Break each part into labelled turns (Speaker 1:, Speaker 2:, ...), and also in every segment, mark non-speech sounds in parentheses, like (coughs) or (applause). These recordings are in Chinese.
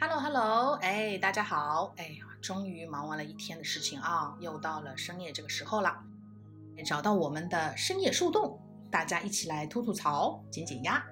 Speaker 1: Hello Hello，哎，大家好，哎呀，终于忙完了一天的事情啊，又到了深夜这个时候了，找到我们的深夜树洞，大家一起来吐吐槽、解解压。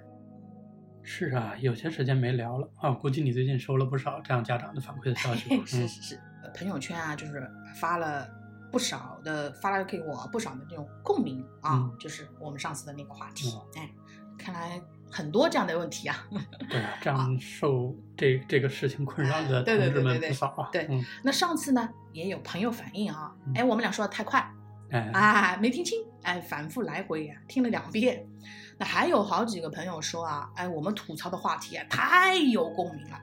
Speaker 2: 是啊，有些时间没聊了啊，估计你最近收了不少这样家长的反馈的消
Speaker 1: (laughs)
Speaker 2: 息。
Speaker 1: 是
Speaker 2: 嗯，
Speaker 1: 是是，呃朋友圈啊，就是发了不少的，发了给我不少的这种共鸣啊，
Speaker 2: 嗯
Speaker 1: 就是我们上次的那个话题。
Speaker 2: 哦
Speaker 1: 哎，看来很多这样的问题啊。 (laughs)
Speaker 2: 对啊，这样受这这个事情困扰的
Speaker 1: 对
Speaker 2: 同
Speaker 1: 对对
Speaker 2: 志们
Speaker 1: 对对
Speaker 2: 不少啊。
Speaker 1: 对
Speaker 2: 嗯，
Speaker 1: 那上次呢，也有朋友反映啊，
Speaker 2: 嗯
Speaker 1: 哎，我们俩说的太快，
Speaker 2: 哎，
Speaker 1: 啊，没听清，哎，反复来回啊，听了两遍。那还有好几个朋友说啊，哎，我们吐槽的话题啊太有共鸣了，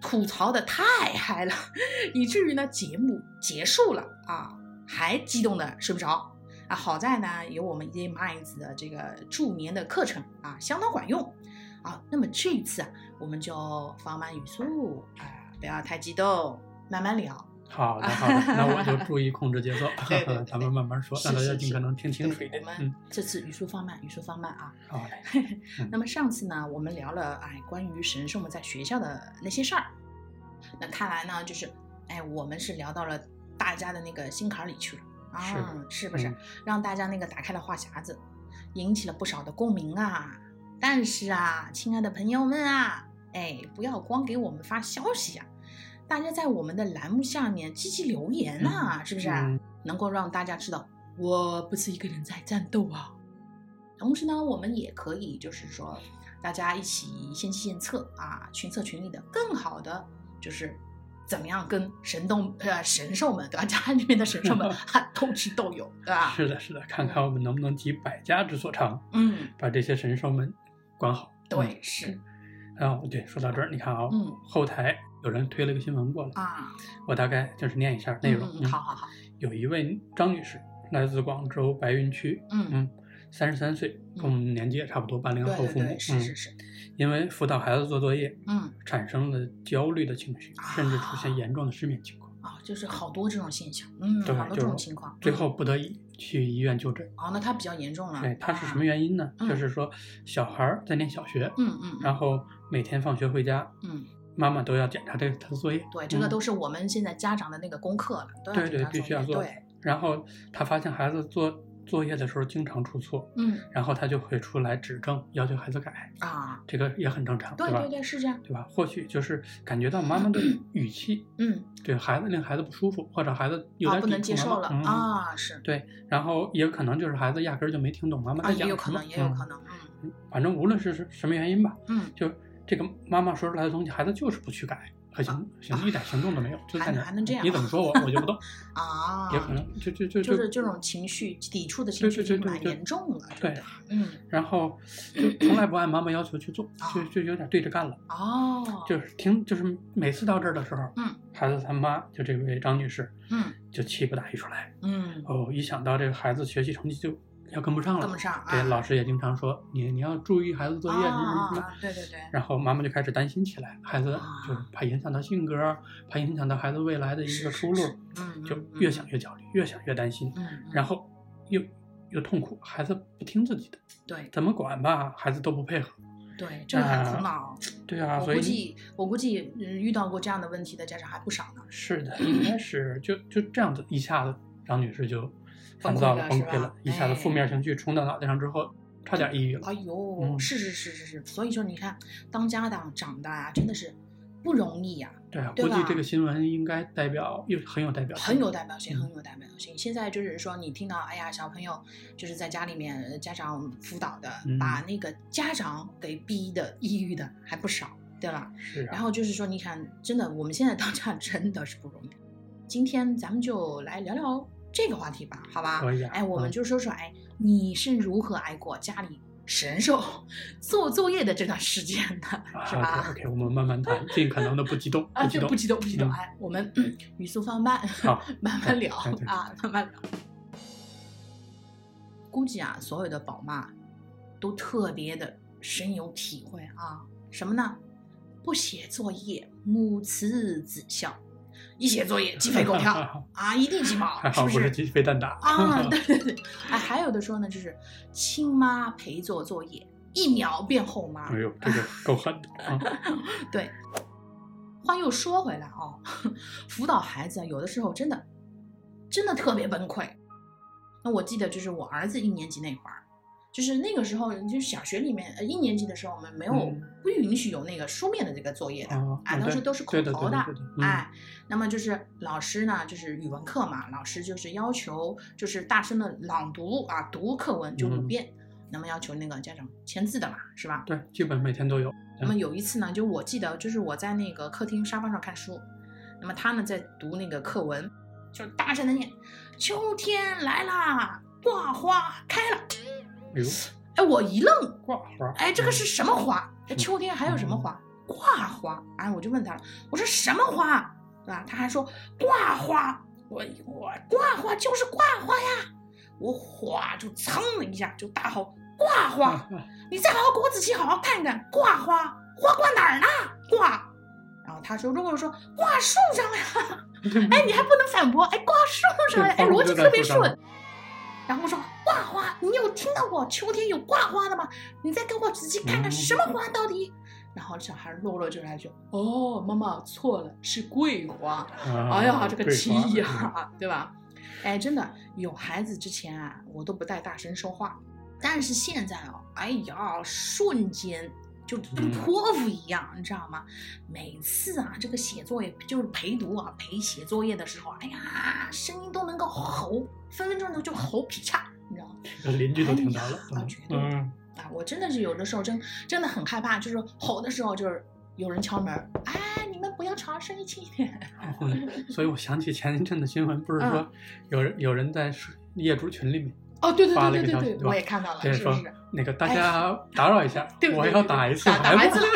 Speaker 1: 吐槽的太嗨了， (laughs) 以至于呢节目结束了啊，还激动的睡不着啊。好在呢有我们 E m i n 的这个助眠的课程啊，相当管用啊。那么这一次啊，我们就放慢语速啊，不要太激动，慢慢聊。
Speaker 2: 好
Speaker 1: (laughs)
Speaker 2: 的好的，那我就注意控制节奏
Speaker 1: 对对对，对
Speaker 2: 咱们慢慢说，
Speaker 1: 是
Speaker 2: 让大
Speaker 1: 是
Speaker 2: 家尽
Speaker 1: 是
Speaker 2: 可能听清楚一
Speaker 1: 对
Speaker 2: 点
Speaker 1: 我。们
Speaker 2: 嗯，
Speaker 1: 这次语速放慢，语速放慢啊。
Speaker 2: 好嘞， (laughs) 嗯
Speaker 1: 那么上次呢，我们聊了哎，关于神兽们在学校的那些事儿。那看来呢，就是哎，我们是聊到了大家的那个心坎儿里去了
Speaker 2: 是
Speaker 1: 啊，是不是、
Speaker 2: 嗯
Speaker 1: 让大家那个打开了话匣子，引起了不少的共鸣啊？但是啊，亲爱的朋友们啊，哎，不要光给我们发消息啊，大家在我们的栏目下面积极留言呐、是不是、
Speaker 2: 嗯
Speaker 1: 能够让大家知道我不是一个人在战斗啊。同时呢，我们也可以就是说，大家一起献计献策啊，群策群力的，更好的就是怎么样跟神动呃神兽们对吧， (laughs) 家里面的神兽
Speaker 2: (laughs)
Speaker 1: 们啊斗智斗勇，对吧？
Speaker 2: 是的，是的，看看我们能不能集百家之所长，
Speaker 1: 嗯，
Speaker 2: 把这些神兽们管好。
Speaker 1: 对，是
Speaker 2: 嗯。啊，对，说到这儿，你看啊
Speaker 1: 嗯，
Speaker 2: 后台有人推了个新闻过来，
Speaker 1: 啊，
Speaker 2: 我大概就是念一下内容
Speaker 1: 嗯。嗯，好好好，
Speaker 2: 有一位张女士，来自广州白云区，
Speaker 1: 嗯，
Speaker 2: 嗯，三十三岁，
Speaker 1: 嗯
Speaker 2: 跟我们年纪也差不多，八零
Speaker 1: 对
Speaker 2: 后
Speaker 1: 对
Speaker 2: 父母，
Speaker 1: 对，是是是，
Speaker 2: 嗯，因为辅导孩子做作业，
Speaker 1: 嗯，
Speaker 2: 产生了焦虑的情绪，甚至出现严重的失眠情况，
Speaker 1: 啊，就是好多这种现象，嗯，
Speaker 2: 对
Speaker 1: 好多
Speaker 2: 就
Speaker 1: 这种情况，
Speaker 2: 最
Speaker 1: 嗯
Speaker 2: 后不得已去医院就诊。哎
Speaker 1: 哦，那他比较严重了，
Speaker 2: 对，他是什么
Speaker 1: 啊？
Speaker 2: 原因呢？
Speaker 1: 嗯
Speaker 2: 就是说，小孩儿在念小学，
Speaker 1: 嗯嗯嗯
Speaker 2: 然后每天放学回家，
Speaker 1: 嗯，
Speaker 2: 妈妈都要检查这个他的作业，
Speaker 1: 对，这个
Speaker 2: 嗯
Speaker 1: 都是我们现在家长的那个功课了，都要
Speaker 2: 对
Speaker 1: 给
Speaker 2: 对
Speaker 1: 他
Speaker 2: 必须要
Speaker 1: 业
Speaker 2: 做
Speaker 1: 对，
Speaker 2: 然后他发现孩子做作业的时候经常出错，
Speaker 1: 嗯
Speaker 2: 然后他就会出来指正，要求孩子改，
Speaker 1: 啊，
Speaker 2: 这个也很正常，
Speaker 1: 对
Speaker 2: 吧？
Speaker 1: 对对，是这样，
Speaker 2: 对吧？或许就是感觉到
Speaker 1: (clears throat)
Speaker 2: 妈妈的语气
Speaker 1: 嗯，
Speaker 2: 对孩子令孩子不舒服，或者孩子有
Speaker 1: 啊，
Speaker 2: 点
Speaker 1: 不能接
Speaker 2: 抵触妈
Speaker 1: 受
Speaker 2: 妈
Speaker 1: 了、
Speaker 2: 嗯、。
Speaker 1: 啊，是
Speaker 2: 对，然后也可能就是孩子压根儿就没听懂妈妈
Speaker 1: 啊，
Speaker 2: 在
Speaker 1: 也
Speaker 2: 讲
Speaker 1: 有
Speaker 2: 什
Speaker 1: 可
Speaker 2: 么，
Speaker 1: 能，也有可
Speaker 2: 嗯。
Speaker 1: 能，嗯
Speaker 2: 反正无论是是什么原因吧，
Speaker 1: 嗯，
Speaker 2: 就这个妈妈说出来的东西，孩子就是不去改，和行、行一点行动都没有，就
Speaker 1: 啊还
Speaker 2: 在
Speaker 1: 能
Speaker 2: 那儿
Speaker 1: 还能这样
Speaker 2: 你怎么说我我就不动，
Speaker 1: 啊，
Speaker 2: 也可能就就就
Speaker 1: 就是这种情绪抵触的情
Speaker 2: 对
Speaker 1: 绪
Speaker 2: 对
Speaker 1: 已经
Speaker 2: 对对
Speaker 1: 蛮
Speaker 2: 对
Speaker 1: 严重了，
Speaker 2: 对
Speaker 1: 不对？嗯，
Speaker 2: 然
Speaker 1: (clears throat)
Speaker 2: 后就从来不按妈妈要求去做，
Speaker 1: 啊
Speaker 2: 就就有点对着干了。
Speaker 1: 哦，
Speaker 2: 就是听，就是每次到这儿的时候，
Speaker 1: 嗯，
Speaker 2: 孩子他妈就这位张女士
Speaker 1: 嗯
Speaker 2: 就气不打一处来，
Speaker 1: 嗯，
Speaker 2: 哦，一想到这个孩子学习成绩就要跟不上
Speaker 1: 跟
Speaker 2: 了
Speaker 1: 不，上啊，
Speaker 2: 对，老师也经常说你你要注意孩子作业，你
Speaker 1: 啊
Speaker 2: 你什
Speaker 1: 啊
Speaker 2: 么，
Speaker 1: 啊对对对，
Speaker 2: 然后妈妈就开始担心起来，孩子
Speaker 1: 啊
Speaker 2: 就是怕影响到性格，怕影响到孩子未来的一
Speaker 1: 是
Speaker 2: 个
Speaker 1: 是
Speaker 2: 出路
Speaker 1: 是，嗯，
Speaker 2: 就
Speaker 1: 嗯
Speaker 2: 越想，越焦虑，越想越担心，
Speaker 1: 嗯嗯，
Speaker 2: 然
Speaker 1: 后
Speaker 2: 后又又痛苦，孩子不听自己的，
Speaker 1: 对
Speaker 2: 怎么管吧，孩子都不配合，
Speaker 1: 对，这个很苦
Speaker 2: 啊
Speaker 1: 恼，
Speaker 2: 对啊，
Speaker 1: 我
Speaker 2: 所以
Speaker 1: 估
Speaker 2: 你
Speaker 1: 计我估计嗯遇到过这样的问题的家长还不少呢，
Speaker 2: 是的，应该是就就这样子一下子，张女士就烦
Speaker 1: 崩溃
Speaker 2: 躁
Speaker 1: 了
Speaker 2: 崩
Speaker 1: 是
Speaker 2: 溃
Speaker 1: 吧
Speaker 2: 了，一下子负面情绪冲到脑袋上之后，差点抑郁了
Speaker 1: 哎。呦，
Speaker 2: 嗯
Speaker 1: 是是是是是，所以说你看，当家长长的啊，真的是不容易呀、
Speaker 2: 对啊，
Speaker 1: 对
Speaker 2: 估计
Speaker 1: 吧
Speaker 2: 这个新闻应该代表又很有代表性，
Speaker 1: 很有代表性，
Speaker 2: 嗯
Speaker 1: 很有代表性。现在就是说，你听到哎呀，小朋友就是在家里面呃家长辅导的，
Speaker 2: 嗯
Speaker 1: 把那个家长给逼的抑郁的还不少，对吧？
Speaker 2: 是
Speaker 1: 然
Speaker 2: 啊，
Speaker 1: 后就是说，你看，真的，我们现在当家长真的是不容易。今天咱们就来聊聊这个话题吧，好吧？
Speaker 2: 可以啊
Speaker 1: 哎，我们
Speaker 2: 嗯
Speaker 1: 就说说，哎，你是如何挨过家里神兽做作业的这段时间的， (laughs) 是吧？
Speaker 2: o k 啊我们慢慢谈，尽可能的不激动，
Speaker 1: (laughs) 啊，
Speaker 2: 不激
Speaker 1: 对，
Speaker 2: 动
Speaker 1: 不。激动，不激动，
Speaker 2: 嗯
Speaker 1: 哎，我们 (coughs) 嗯语速放慢， (laughs)
Speaker 2: 好
Speaker 1: 慢慢聊
Speaker 2: 哎对对对
Speaker 1: 啊，慢慢聊。估计啊，所有的宝妈都特别的深有体会啊，什么呢？不写作业，母慈子孝；一写作业，鸡飞狗跳啊，一地鸡毛，
Speaker 2: (laughs) 还
Speaker 1: 是
Speaker 2: 好
Speaker 1: 不
Speaker 2: 不
Speaker 1: 是
Speaker 2: 是？鸡飞蛋打 (laughs)
Speaker 1: 啊，对对对，哎，还有的说呢，就是亲妈陪做作
Speaker 2: 哎
Speaker 1: 业，一秒变后妈。 (laughs)
Speaker 2: 啊哎呦，这个够狠的啊！
Speaker 1: 对，话又说回来哦， (laughs) 辅导孩子啊，有的时候真的真的特别崩溃。那我记得就是我儿子一年级那会儿，就是那个时候，就是小学里面呃一年级的时候，我们没有、
Speaker 2: 嗯
Speaker 1: 不允许有那个书面的这个作业的，
Speaker 2: 哦
Speaker 1: 啊，
Speaker 2: 哦
Speaker 1: 都是
Speaker 2: 对
Speaker 1: 都是口
Speaker 2: 对的
Speaker 1: 头
Speaker 2: 对的对的嗯
Speaker 1: 哎，那么就是老师呢，就是语文课嘛，老师就是要求就是大声的朗读啊，读课文就五
Speaker 2: 嗯
Speaker 1: 遍，那么要求那个家长签字的嘛，是吧？
Speaker 2: 对，基本每天都有。
Speaker 1: 那么有一次呢，就我记得，就是我在那个客厅沙发上看书，那么他呢在读那个课文，就是大声的念：“秋天来啦，挂花开了。
Speaker 2: 比如”
Speaker 1: 哎，我一愣，
Speaker 2: 挂花，嗯
Speaker 1: 哎，这个是什么花？哎
Speaker 2: 是
Speaker 1: 秋天还有什么花？挂花。哎，我就问他了，我说什么花？对吧？他还说挂花。我我挂花就是挂花呀！我哗就噌的一下就大吼挂花。
Speaker 2: (laughs)
Speaker 1: 你再好好给我仔细好好看看，挂花花挂哪儿呢？挂。然后他说，如果说挂树上呀、 (laughs)
Speaker 2: 嗯，
Speaker 1: 哎，你还不能反驳，哎，挂树上呀、 (laughs) 哎，
Speaker 2: 对
Speaker 1: 逻辑特别
Speaker 2: 挂树就在树
Speaker 1: 顺。然后我说挂花，你有听到过秋天有挂花的吗？你再给我仔细看看
Speaker 2: 嗯
Speaker 1: 是什么花到底。然后小孩落落就来一句，哦，妈妈错了，是桂花。
Speaker 2: 啊
Speaker 1: 哎呀，这个
Speaker 2: 桂
Speaker 1: 歧
Speaker 2: 花
Speaker 1: 义
Speaker 2: 嗯
Speaker 1: 啊，对吧？哎，真的有孩子之前啊，我都不带大声说话，但是现在哦，哎呀，瞬间就跟
Speaker 2: 嗯
Speaker 1: 泼妇一样，你知道吗？每次啊，这个写作业就是陪读啊，陪写作业的时候，哎呀，声音都能够吼，分分钟就就吼劈叉，你知道吗？
Speaker 2: 这个邻居都听到了
Speaker 1: 哎呀啊绝。对
Speaker 2: 嗯，
Speaker 1: 啊，我真的是有的时候真真的很害怕，就是吼的时候就是有人敲门儿，哎，你们不要吵，声音轻一点。 (laughs)
Speaker 2: 嗯 (laughs) 所以我想起前一阵的新闻，不是
Speaker 1: 嗯
Speaker 2: 说有人有人在业主群里面
Speaker 1: 哦，对对
Speaker 2: 发了
Speaker 1: 对
Speaker 2: 一个
Speaker 1: 对
Speaker 2: 消息
Speaker 1: 对，
Speaker 2: 对吧
Speaker 1: 我也看到了，
Speaker 2: 对
Speaker 1: 是
Speaker 2: 说
Speaker 1: 哦不是？哎
Speaker 2: 那个大家打扰一下
Speaker 1: 对，对
Speaker 2: 我
Speaker 1: 对
Speaker 2: 要
Speaker 1: 对
Speaker 2: 打一次
Speaker 1: 打打
Speaker 2: 孩
Speaker 1: 孩
Speaker 2: 子
Speaker 1: 子，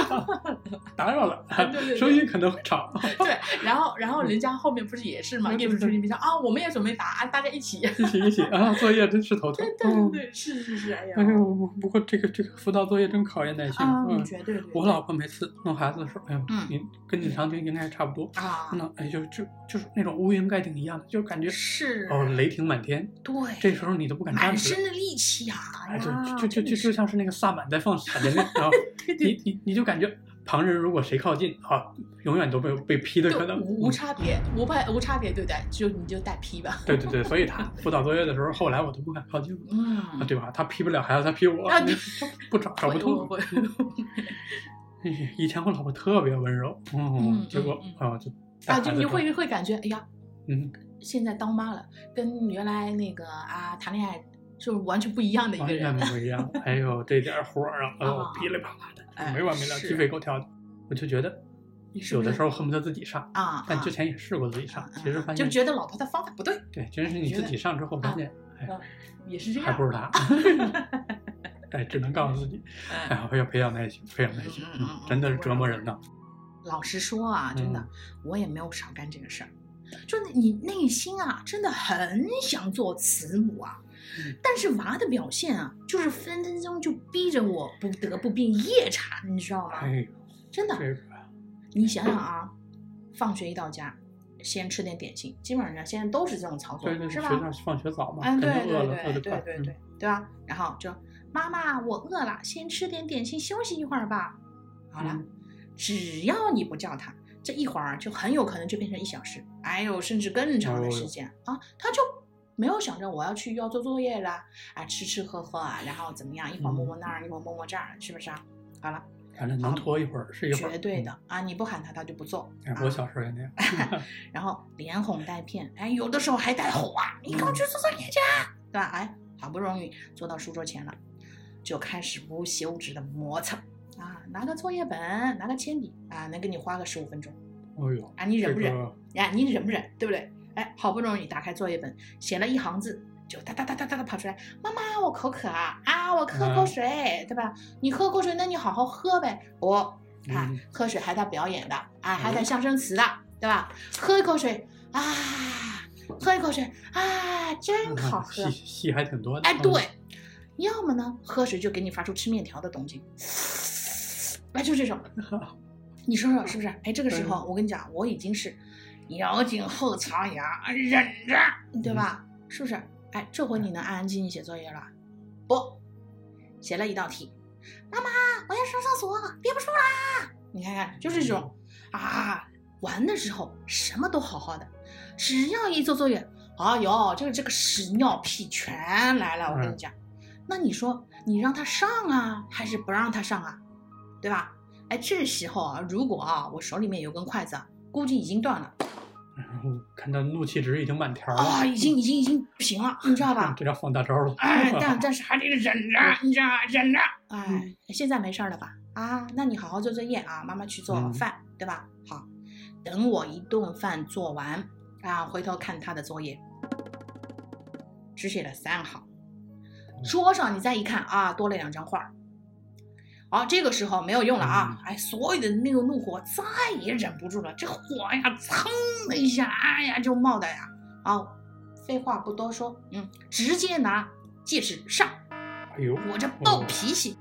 Speaker 1: (laughs)
Speaker 2: 打扰了
Speaker 1: 对对，对
Speaker 2: 声音可能会吵。
Speaker 1: 对，然后然后人家后面不是也是嘛，
Speaker 2: 对
Speaker 1: 业
Speaker 2: 对
Speaker 1: 主
Speaker 2: 嗯对
Speaker 1: 群里面说啊，我们也准备打，啊大家一
Speaker 2: (laughs)
Speaker 1: 起。
Speaker 2: 一起一起啊，作业真是头疼
Speaker 1: 对。对对
Speaker 2: 嗯
Speaker 1: 对，是是是，哎呀
Speaker 2: 哎，呦，不不过这个这个辅导作业真考验耐心。
Speaker 1: 啊，
Speaker 2: 嗯，
Speaker 1: 绝对对，
Speaker 2: 我老婆每次弄孩子的时候，哎呦
Speaker 1: 嗯，
Speaker 2: 你跟你常听应该是差不多。
Speaker 1: 啊
Speaker 2: 那哎，就就就是那种乌云盖顶一样的，就感觉
Speaker 1: 是
Speaker 2: 哦雷霆满天。
Speaker 1: 对，
Speaker 2: 这时候你都不敢站
Speaker 1: 满
Speaker 2: 起来
Speaker 1: 身，的力气啊，
Speaker 2: 哎，
Speaker 1: 呀
Speaker 2: 就就就
Speaker 1: 真的
Speaker 2: 就就是像是那个萨满在放 (laughs) 闪电亮，然后
Speaker 1: 对对
Speaker 2: 你你你就感觉旁人如果谁靠近啊，永远都被被劈的
Speaker 1: 对
Speaker 2: 可能。
Speaker 1: 无无
Speaker 2: 嗯
Speaker 1: 差别，无派无差别对待，就你就带批吧，
Speaker 2: 对对对，所以
Speaker 1: (laughs)
Speaker 2: 他辅导作业的时候，后来我都不敢靠近了。啊，
Speaker 1: 嗯，
Speaker 2: 对吧？他劈不了孩子，他劈我， (laughs)
Speaker 1: 啊对
Speaker 2: 不找找不
Speaker 1: 我
Speaker 2: 通 (laughs)
Speaker 1: 我。
Speaker 2: 哎以前我老婆特别温柔，嗯，
Speaker 1: 嗯
Speaker 2: 结果
Speaker 1: 嗯
Speaker 2: 啊就带
Speaker 1: 啊，
Speaker 2: 孩
Speaker 1: 就
Speaker 2: 子
Speaker 1: 你
Speaker 2: 之后
Speaker 1: 会会感觉，哎呀，
Speaker 2: 嗯
Speaker 1: 现在当妈了，跟原来那个啊谈恋爱就是完全不一样的一个
Speaker 2: 完全
Speaker 1: 人， (laughs)
Speaker 2: 不一样。哎呦，这点火啊，哦
Speaker 1: 啊，
Speaker 2: 噼里啪啦的，
Speaker 1: 哎
Speaker 2: 没完没了，
Speaker 1: 是
Speaker 2: 鸡飞狗跳的。我就觉得
Speaker 1: 你是
Speaker 2: 有
Speaker 1: 不
Speaker 2: 的
Speaker 1: 是
Speaker 2: 时候恨不得自己上，
Speaker 1: 啊，
Speaker 2: 但
Speaker 1: 啊
Speaker 2: 之前也试过自己上
Speaker 1: 啊，
Speaker 2: 其实
Speaker 1: 啊
Speaker 2: 发
Speaker 1: 就
Speaker 2: 现
Speaker 1: 觉得老婆的方法不对，
Speaker 2: 对，真是你
Speaker 1: 觉
Speaker 2: 自
Speaker 1: 得
Speaker 2: 己上之后发
Speaker 1: 啊
Speaker 2: 现
Speaker 1: 也是这
Speaker 2: 还
Speaker 1: 样啊
Speaker 2: 不。如他。 (laughs) 哎，只能告诉自己，
Speaker 1: 哎
Speaker 2: (laughs) 哎，我要培养耐心，培养耐心，
Speaker 1: 嗯嗯
Speaker 2: 嗯
Speaker 1: 嗯，
Speaker 2: 真的是折磨人的。
Speaker 1: 老实说啊，真的，
Speaker 2: 嗯
Speaker 1: 我也没有少干这个事儿。就你内心啊，真的很想做慈母啊，
Speaker 2: 嗯
Speaker 1: 但是娃的表现啊，就是分分钟就逼着我不得不变夜叉，你知道吗？
Speaker 2: 哎，
Speaker 1: 真的，
Speaker 2: 这个
Speaker 1: 你想想啊，放学一到家，先吃点点心，基本上现在都是这种操作，
Speaker 2: 对对，
Speaker 1: 是
Speaker 2: 学
Speaker 1: 吧？
Speaker 2: 校放学早嘛，
Speaker 1: 嗯，
Speaker 2: 肯
Speaker 1: 对
Speaker 2: 定
Speaker 1: 对
Speaker 2: 饿了，饿
Speaker 1: 对
Speaker 2: 得
Speaker 1: 对
Speaker 2: 快。
Speaker 1: 对
Speaker 2: 嗯
Speaker 1: 对，对吧？然后就妈妈，我饿了，先吃点点心休息一会儿吧。好了，
Speaker 2: 嗯
Speaker 1: 只要你不叫他，这一会儿就很有可能就变成一小时，哎呦，甚至更长
Speaker 2: 哦
Speaker 1: 的时间、啊，他就。没有想着我要去要做作业啦，啊，吃吃喝喝啊，然后怎么样？一会儿摸摸那
Speaker 2: 嗯
Speaker 1: 儿，一会儿摸摸这儿，是不是啊？好了，
Speaker 2: 反正能
Speaker 1: 好
Speaker 2: 拖一会儿是一会嗯儿，
Speaker 1: 绝对的啊！你不喊他，他就不做。
Speaker 2: 嗯。哎，
Speaker 1: 啊
Speaker 2: 我小时候也那样。
Speaker 1: 然后连哄带骗，哎，有的时候还带吼啊，你给我去做作业去，对吧？哎，好不容易坐到书桌前了，就开始无休止的磨蹭啊，拿个作业本，拿个铅笔啊，能给你花个十五分钟
Speaker 2: 哎呦，
Speaker 1: 啊，你
Speaker 2: 这
Speaker 1: (laughs) 忍不忍？
Speaker 2: 个
Speaker 1: 哎，你忍不忍？对不对？哎，好不容易打开作业本，写了一行字，就哒哒哒哒哒哒跑出来，妈妈，我口渴啊，啊，我喝口
Speaker 2: 嗯
Speaker 1: 水，对吧？你喝口水，那你好好喝呗，我。啊
Speaker 2: 嗯，
Speaker 1: 喝水还带表演的啊，还带
Speaker 2: 嗯
Speaker 1: 相声词的，对吧？喝一口水啊，喝一口水啊，真
Speaker 2: 嗯
Speaker 1: 好喝
Speaker 2: 戏。戏还挺多的。
Speaker 1: 哎，
Speaker 2: 嗯
Speaker 1: 对，，要么呢，喝水就给你发出吃面条的动静，哎，就这种。你说说是不是？哎，这个时候我跟你讲，我已经是咬紧后槽牙忍着，对吧？是不是？哎，这回你能安安静静写作业了？不，写了一道题，妈妈，我要上厕所，憋不住啦！你看看，就是这种啊，玩的时候什么都好好的，只要一做作业，哎呦，这个这个屎尿屁全来了。我跟你讲，那你说你让他上啊，还是不让他上啊？对吧？哎，这时候啊，如果啊我手里面有根筷子啊，估计已经断了
Speaker 2: 然后看到怒气值已经满条了，
Speaker 1: 啊、已经已经已经不行了，你知道吧？
Speaker 2: 这叫放大招了。
Speaker 1: 哎，
Speaker 2: (laughs)
Speaker 1: 但但是还得忍着，你知道吗？忍着。嗯哎，现在没事儿了吧？啊，那你好好做作业啊，妈妈去做
Speaker 2: 嗯
Speaker 1: 饭，对吧？好，等我一顿饭做完啊，回头看他的作业，只写了三行，桌上你再一看啊，多了两张画儿。好、这个时候没有用了啊！哎，所有的那个怒火再也忍不住了，这火呀，噌的一下，哎呀就冒的呀！啊，废话不多说，嗯，直接拿戒指上，
Speaker 2: 哎呦，
Speaker 1: 我这暴脾气。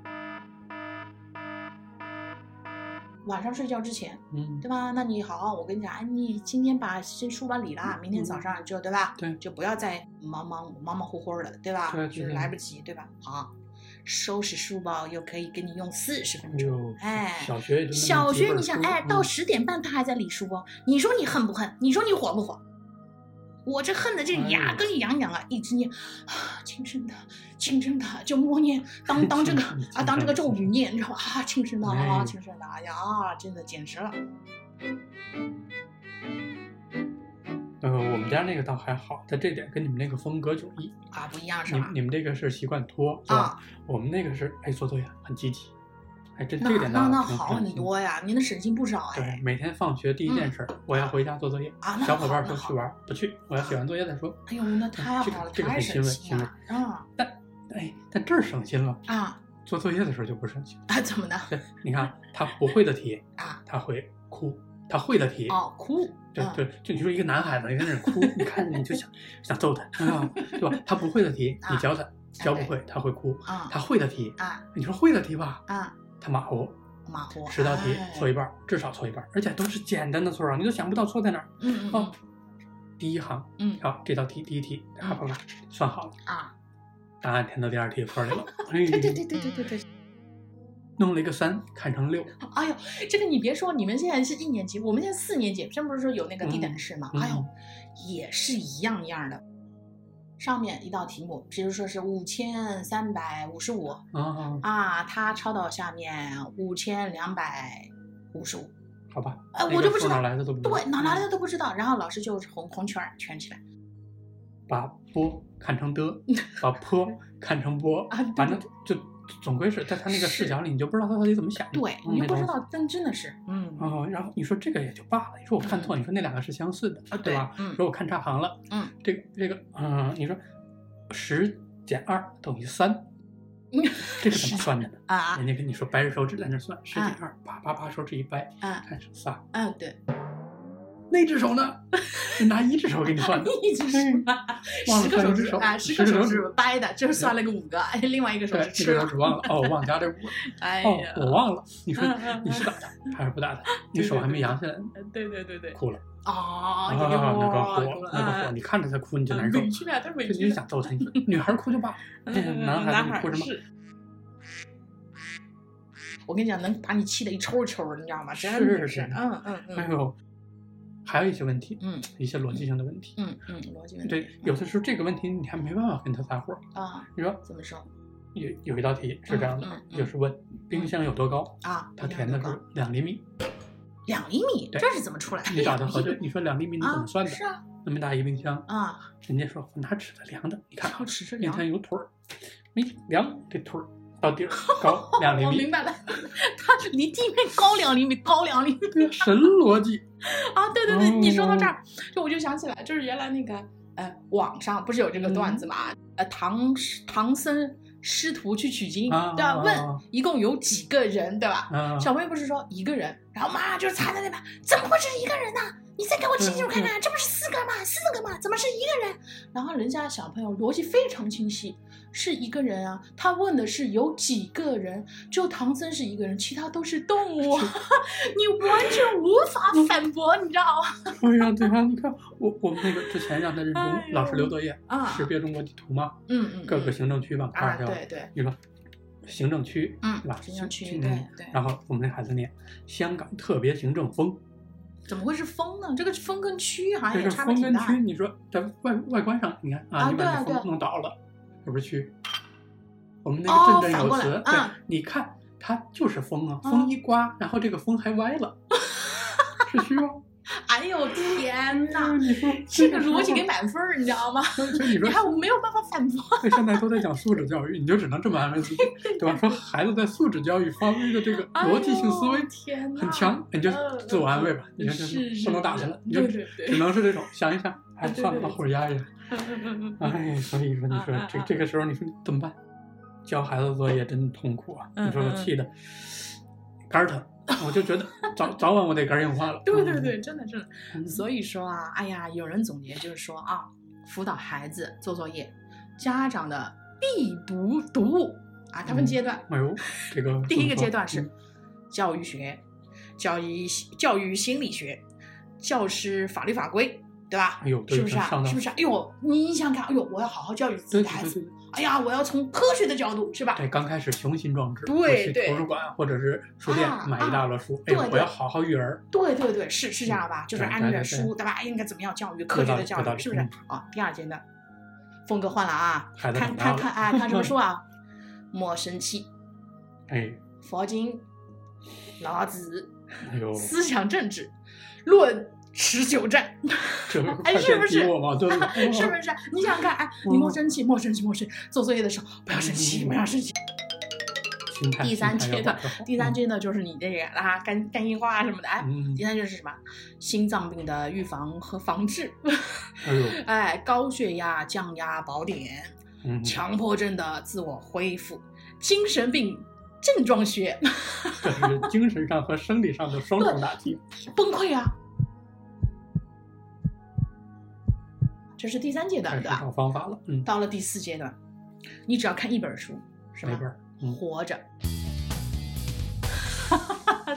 Speaker 1: 晚上睡觉之前，
Speaker 2: 嗯，
Speaker 1: 对吧？那你好，我跟你讲，哎，你今天把这书本理了，明天早上就嗯对吧？
Speaker 2: 对
Speaker 1: 就不要再忙忙忙忙乎乎的，对吧？
Speaker 2: 对对
Speaker 1: 就是
Speaker 2: 对
Speaker 1: 来不及，对吧？好，收拾书包又可以给你用四十分
Speaker 2: 哎
Speaker 1: 钟。
Speaker 2: 呦，
Speaker 1: 哎
Speaker 2: 小学也就那么
Speaker 1: 小
Speaker 2: 几
Speaker 1: 学
Speaker 2: 本
Speaker 1: 你想，
Speaker 2: 书
Speaker 1: 哎，
Speaker 2: 嗯
Speaker 1: 到十点半他还在理书包，你说你恨不恨？你说你火不火？我这恨的这牙
Speaker 2: 哎
Speaker 1: 根痒痒啊，一直念啊，轻声的，轻声的，就默
Speaker 2: (laughs)
Speaker 1: 念当当这个啊，当这个咒语念，你知道吧？啊，轻声的啊，
Speaker 2: 哎
Speaker 1: 轻声的，哎呀，啊真的简直了。
Speaker 2: 呃，我们家那个倒还好，但这点跟你们那个风格迥异。
Speaker 1: 啊，不一样是
Speaker 2: 你
Speaker 1: 吧？
Speaker 2: 你们这个是习惯拖，对吧
Speaker 1: 啊，
Speaker 2: 我们那个是哎做作业很积极，哎这
Speaker 1: 那
Speaker 2: 这点
Speaker 1: 那
Speaker 2: 倒
Speaker 1: 那
Speaker 2: 挺
Speaker 1: 好很。多呀，您的省心不少
Speaker 2: 对，
Speaker 1: 哎。嗯
Speaker 2: 每天放学第一件事儿，我要回家做作业。
Speaker 1: 啊那
Speaker 2: 小伙
Speaker 1: 好
Speaker 2: 伴
Speaker 1: 那
Speaker 2: 说
Speaker 1: 好
Speaker 2: 去玩儿，不去，我要写完作业再说。
Speaker 1: 哎呦，那太
Speaker 2: 这个
Speaker 1: 好了，
Speaker 2: 这个
Speaker 1: 太
Speaker 2: 很
Speaker 1: 省
Speaker 2: 欣慰，
Speaker 1: 心
Speaker 2: 欣慰。
Speaker 1: 了啊
Speaker 2: 哎，但这儿省心了，
Speaker 1: 啊
Speaker 2: 做作业的时候就不省心。
Speaker 1: 啊！怎么的
Speaker 2: 对，你看他不会的题，
Speaker 1: 啊？
Speaker 2: 他会哭；他会的题，
Speaker 1: 哦，哭。
Speaker 2: 对
Speaker 1: 嗯
Speaker 2: 对，就你说一个男孩子，你在那儿哭，你看着你就想想揍他，
Speaker 1: 嗯
Speaker 2: 啊， (laughs) 对吧？他不会的题，你教他，教不会他会哭；
Speaker 1: 啊
Speaker 2: 他会的题，
Speaker 1: 啊
Speaker 2: 你说会的题吧，
Speaker 1: 啊！
Speaker 2: 他马虎，
Speaker 1: 马虎。
Speaker 2: 十道题
Speaker 1: 哎
Speaker 2: 错一半儿，至少错一半儿，而且都是简单的错啊，你都想不到错在哪儿。
Speaker 1: 嗯嗯
Speaker 2: 哦
Speaker 1: 嗯，
Speaker 2: 第一行，
Speaker 1: 嗯
Speaker 2: 好，这道题第一题，啪啪啪，算好了，
Speaker 1: 啊，
Speaker 2: 答案填到第二题分里了，哎
Speaker 1: (laughs) 对对对对对对对。
Speaker 2: 弄了一个三，看成六，
Speaker 1: 哎呦，这个你别说，你们现在是一年级，我们现在四年级，真不是说有那个低等式吗？
Speaker 2: 嗯嗯
Speaker 1: 哎呦，也是一样一样的。上面一道题目，比如说是五千三百五十五，
Speaker 2: 啊，
Speaker 1: 啊，他抄到下面五千两百五十五，
Speaker 2: 好吧，
Speaker 1: 哎
Speaker 2: 那
Speaker 1: 我
Speaker 2: 个
Speaker 1: 就不
Speaker 2: 数
Speaker 1: 知道
Speaker 2: 哪来的都不知道
Speaker 1: 对，哪来的都不知道。然后老师就是红红圈儿圈起来，
Speaker 2: 把波看成
Speaker 1: (laughs)
Speaker 2: 的，把坡看成波
Speaker 1: 啊对，
Speaker 2: 反正就总归是在他那个视角里，你就不知道他到底怎么想的。
Speaker 1: 对，
Speaker 2: 嗯
Speaker 1: 你就不知。
Speaker 2: 那东西
Speaker 1: 道，但真的是，嗯
Speaker 2: 哦，然后你说这个也就罢了，你说我看错，你说那两个是相似的，
Speaker 1: 啊
Speaker 2: 对吧？
Speaker 1: 对嗯
Speaker 2: 你说我看差行了，
Speaker 1: 嗯，
Speaker 2: 这个这个，嗯，你说十减二等
Speaker 1: (laughs)
Speaker 2: 于三，
Speaker 1: 嗯
Speaker 2: 这个怎么算的呢？
Speaker 1: 啊
Speaker 2: 人家跟你说掰着手指在那算，十
Speaker 1: 嗯
Speaker 2: 减二，啪啪啪，手指一掰，
Speaker 1: 啊
Speaker 2: 看是仨。
Speaker 1: 啊，对，
Speaker 2: 那只手
Speaker 1: (laughs)
Speaker 2: 呢？拿一只手给你算的，
Speaker 1: 一直是吧
Speaker 2: 嗯忘了
Speaker 1: 十个
Speaker 2: 算
Speaker 1: 手
Speaker 2: 一只
Speaker 1: 指
Speaker 2: 手
Speaker 1: 啊，十个
Speaker 2: 十个
Speaker 1: 手
Speaker 2: 手
Speaker 1: 指
Speaker 2: 指
Speaker 1: 掰的，这算了个五个，哎，另外一个手
Speaker 2: 对，
Speaker 1: 指吃
Speaker 2: 一只手
Speaker 1: 了，
Speaker 2: 指忘了，哦，我忘加这五了。
Speaker 1: 哎
Speaker 2: 哦
Speaker 1: 呀，，
Speaker 2: 我忘了，你说
Speaker 1: 嗯嗯
Speaker 2: 你是打他还是不打他？你手还没扬起来呢，
Speaker 1: 对对对对，
Speaker 2: 哭了啊
Speaker 1: 哦，
Speaker 2: 那个火
Speaker 1: 有，
Speaker 2: 那个火，
Speaker 1: 哎
Speaker 2: 你看着他哭你就难受，
Speaker 1: 委屈了，太委
Speaker 2: 就
Speaker 1: 屈啊嗯
Speaker 2: 你
Speaker 1: 了，
Speaker 2: 想揍他，你
Speaker 1: (laughs)
Speaker 2: 说女孩哭就罢，了，哎男孩子你哭什么？
Speaker 1: 是。我跟你讲，能把你气得一抽一抽的，你知道吗？真的
Speaker 2: 是是
Speaker 1: 嗯嗯
Speaker 2: 哎
Speaker 1: 嗯
Speaker 2: 呦，还有一些问题，
Speaker 1: 嗯
Speaker 2: 一些逻辑性的问题。
Speaker 1: 嗯嗯，逻辑问题。
Speaker 2: 对，有的时候这个问题你还没办法跟他撒火。
Speaker 1: 啊，
Speaker 2: 你说
Speaker 1: 怎么说
Speaker 2: 有有一道题是这样
Speaker 1: 嗯
Speaker 2: 的，
Speaker 1: 嗯
Speaker 2: 就是问冰箱有多高，
Speaker 1: 啊？
Speaker 2: 他填的是两
Speaker 1: (laughs)
Speaker 2: 厘米，
Speaker 1: 两厘米，
Speaker 2: 对
Speaker 1: 这是怎么出来的？
Speaker 2: 你找他
Speaker 1: 两
Speaker 2: 核
Speaker 1: 厘 (laughs)
Speaker 2: 对，
Speaker 1: 米
Speaker 2: 你说两厘米你怎
Speaker 1: 啊
Speaker 2: 么算的？
Speaker 1: 是啊
Speaker 2: 那么大一冰箱，
Speaker 1: 啊，
Speaker 2: 人家说我拿尺子量的，你看
Speaker 1: 然后尺是啊
Speaker 2: 面
Speaker 1: 量。
Speaker 2: 前有腿儿，没量这腿儿到
Speaker 1: (laughs)
Speaker 2: 底儿高两厘
Speaker 1: 哦我
Speaker 2: 米
Speaker 1: 明，白了，它是离地面高两厘米，高两厘米
Speaker 2: 这神逻辑。
Speaker 1: 啊！对对对，你说到这
Speaker 2: 哦
Speaker 1: 儿，就我就想起来，就是原来那个呃，网上不是有这个
Speaker 2: 嗯
Speaker 1: 段子嘛？呃，唐唐僧师徒去取经，
Speaker 2: 啊
Speaker 1: 对吧？
Speaker 2: 啊啊
Speaker 1: 问
Speaker 2: 啊
Speaker 1: 一共有几个人，对吧？ (laughs)
Speaker 2: 啊，
Speaker 1: 小朋友不是说一个人，然后妈就是插在那边，怎么会是一个人呢、你再给我清楚看看，这不是四个吗？四个吗？怎么是一个人？然后人家小朋友逻辑非常清晰，是一个人啊。他问的是有几个人，只有唐僧是一个人，其他都是嗯动物。 (laughs) 你完全无法反驳，你知道吗？
Speaker 2: 我让对方你看我我们那个之前让他认
Speaker 1: 哎
Speaker 2: 中
Speaker 1: 呦
Speaker 2: 老师留作业，
Speaker 1: 啊
Speaker 2: 识别中国地图嘛，
Speaker 1: 嗯嗯，
Speaker 2: 各个
Speaker 1: 嗯
Speaker 2: 行政区板块
Speaker 1: 啊，
Speaker 2: 儿对吧？
Speaker 1: 对对，
Speaker 2: 你说行政区
Speaker 1: 嗯
Speaker 2: 对吧？
Speaker 1: 行政区
Speaker 2: 去
Speaker 1: 对
Speaker 2: 年
Speaker 1: 对
Speaker 2: 然后我们那孩子念香港特别行政风，
Speaker 1: 怎么会是风呢？这个风跟蛆好像
Speaker 2: 这
Speaker 1: 也
Speaker 2: 个
Speaker 1: 哎差别
Speaker 2: 风
Speaker 1: 挺
Speaker 2: 跟
Speaker 1: 大
Speaker 2: 蛆，。你说在外外观上，你看
Speaker 1: 啊
Speaker 2: 啊，你
Speaker 1: 对啊
Speaker 2: 把这
Speaker 1: 对啊
Speaker 2: 风弄倒了，这不是蛆？我们
Speaker 1: 哦
Speaker 2: 那个振振有
Speaker 1: 反
Speaker 2: 词，
Speaker 1: 过来嗯
Speaker 2: 对，你看它就是风啊，
Speaker 1: 嗯
Speaker 2: 风一刮，然后这个风还歪
Speaker 1: (laughs)
Speaker 2: 了，是蛆吗？
Speaker 1: 哎呦天哪！
Speaker 2: 你说
Speaker 1: 这个逻辑给满分儿，你知道
Speaker 2: (laughs)
Speaker 1: 吗？
Speaker 2: 所以所以你
Speaker 1: 你
Speaker 2: 说
Speaker 1: 还没有办法反驳。
Speaker 2: 对现在都在讲素质教育，你就只能这么安慰自
Speaker 1: (laughs)
Speaker 2: 己，对吧？说孩子在素质教育方面的这个
Speaker 1: 哎
Speaker 2: 逻辑性思维
Speaker 1: 呦天哪 (laughs)
Speaker 2: 很强，你就
Speaker 1: 嗯
Speaker 2: 自我安慰吧，你就是
Speaker 1: 是
Speaker 2: 不能打他了，你就
Speaker 1: 对对
Speaker 2: 只
Speaker 1: 对，
Speaker 2: 能是这种想一想，哎，
Speaker 1: 对对
Speaker 2: 算了，
Speaker 1: 对
Speaker 2: 把火压一压。 (laughs) 哎，所以说你说
Speaker 1: 啊啊
Speaker 2: 这
Speaker 1: 啊
Speaker 2: 这个时候你说怎么办？教孩子作业真痛苦啊！
Speaker 1: 嗯
Speaker 2: 你说我
Speaker 1: 嗯嗯
Speaker 2: 气的肝儿疼，我就觉得早早晚我得肝硬化了。
Speaker 1: 对对对，真的真的。
Speaker 2: 嗯，
Speaker 1: 所以说啊，哎呀，有人总结就是说啊，辅导孩子做作业，家长的必读读物啊，它分阶段。
Speaker 2: 哎呦，这个
Speaker 1: 第一个
Speaker 2: 怎么说嗯
Speaker 1: 阶段是教育学、教育教育心理学、教师法律法规，对吧？
Speaker 2: 哎呦，对
Speaker 1: 是不是
Speaker 2: 上
Speaker 1: 啊？
Speaker 2: 当
Speaker 1: 是不是啊？哎呦，你想想看，哎呦，我要好好教育自己
Speaker 2: 对
Speaker 1: 的孩
Speaker 2: 对
Speaker 1: 子。
Speaker 2: 对对，
Speaker 1: 哎呀，我要从科学的角度，是吧？
Speaker 2: 对，刚开始雄心壮志，
Speaker 1: 对
Speaker 2: 我去
Speaker 1: 对
Speaker 2: 图书馆或者是书店
Speaker 1: 啊
Speaker 2: 买一大摞书，哎
Speaker 1: 对
Speaker 2: 呦，我
Speaker 1: 对
Speaker 2: 要好好育儿。
Speaker 1: 对对对，是是这样吧？就是
Speaker 2: 对
Speaker 1: 按
Speaker 2: 对
Speaker 1: 照
Speaker 2: 对
Speaker 1: 书，对吧？哎应该怎么样教育，科学的教
Speaker 2: 有道
Speaker 1: 育，
Speaker 2: 理
Speaker 1: 是不是
Speaker 2: 嗯？
Speaker 1: 啊，第二阶段，风格换了啊，
Speaker 2: 孩
Speaker 1: 看看
Speaker 2: 子长大了
Speaker 1: 看，哎，看什
Speaker 2: (laughs)
Speaker 1: 么书啊？莫生气，
Speaker 2: 哎，
Speaker 1: 佛经，老子，(laughs)
Speaker 2: 哎呦，
Speaker 1: 思想政治，论持久战，
Speaker 2: 这个
Speaker 1: 哎
Speaker 2: 快
Speaker 1: 是不
Speaker 2: 点
Speaker 1: 是
Speaker 2: 逼我嘛，对嗯吧？
Speaker 1: (laughs) 是不是？你想想看，哎，你莫生气，莫生气，莫生气，做作业的时候不要生气，
Speaker 2: 嗯
Speaker 1: 不要生气。
Speaker 2: 心态
Speaker 1: 第三阶段，
Speaker 2: 心态要保持好
Speaker 1: 第三阶段就是你这个啊，肝肝硬化啊什么的，哎，
Speaker 2: 嗯，
Speaker 1: 第三就是什么？心脏病的预防和防治。
Speaker 2: 哎呦， (laughs)
Speaker 1: 哎，高血压降压宝典， (laughs)
Speaker 2: 嗯，
Speaker 1: 强迫症的自我恢复，精神病症状学，
Speaker 2: 这是精神上和生理上的双重打击。
Speaker 1: 崩溃啊！这是第三阶段，
Speaker 2: 开始
Speaker 1: 对吧？
Speaker 2: 找方法了，嗯，
Speaker 1: 到了第四阶段，你只要看一本书，什
Speaker 2: 哪
Speaker 1: 么
Speaker 2: 本儿？嗯，
Speaker 1: 活
Speaker 2: (laughs)
Speaker 1: 着，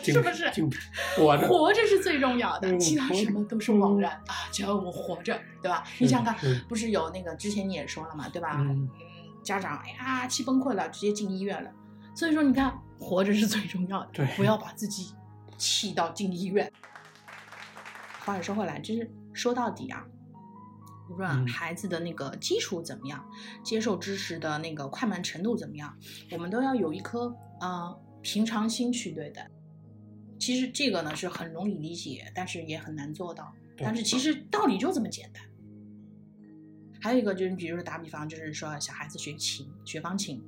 Speaker 2: 精
Speaker 1: 是不是？
Speaker 2: 精我这
Speaker 1: 活着是最重要
Speaker 2: 哎
Speaker 1: 的，
Speaker 2: 呦
Speaker 1: 其他
Speaker 2: 活着
Speaker 1: 什么都是枉然啊！只要我活着，对吧？你想想看，
Speaker 2: 是
Speaker 1: 不是有那个之前你也说了嘛，对吧？
Speaker 2: 嗯
Speaker 1: 家长哎呀气崩溃了，直接进医院了。所以说，你看活着是最重要的
Speaker 2: 对，
Speaker 1: 不要把自己气到进医院。 (laughs) 话又说回来，就是说到底啊，无论啊
Speaker 2: 嗯
Speaker 1: 孩子的那个基础怎么样，接受知识的那个快慢程度怎么样，我们都要有一颗呃平常心去对待。其实这个呢是很容易理解，但是也很难做到。
Speaker 2: 对
Speaker 1: 但是其实道理就这么简单。还有一个就是，比如说打比方，就是说小孩子学琴、学钢琴，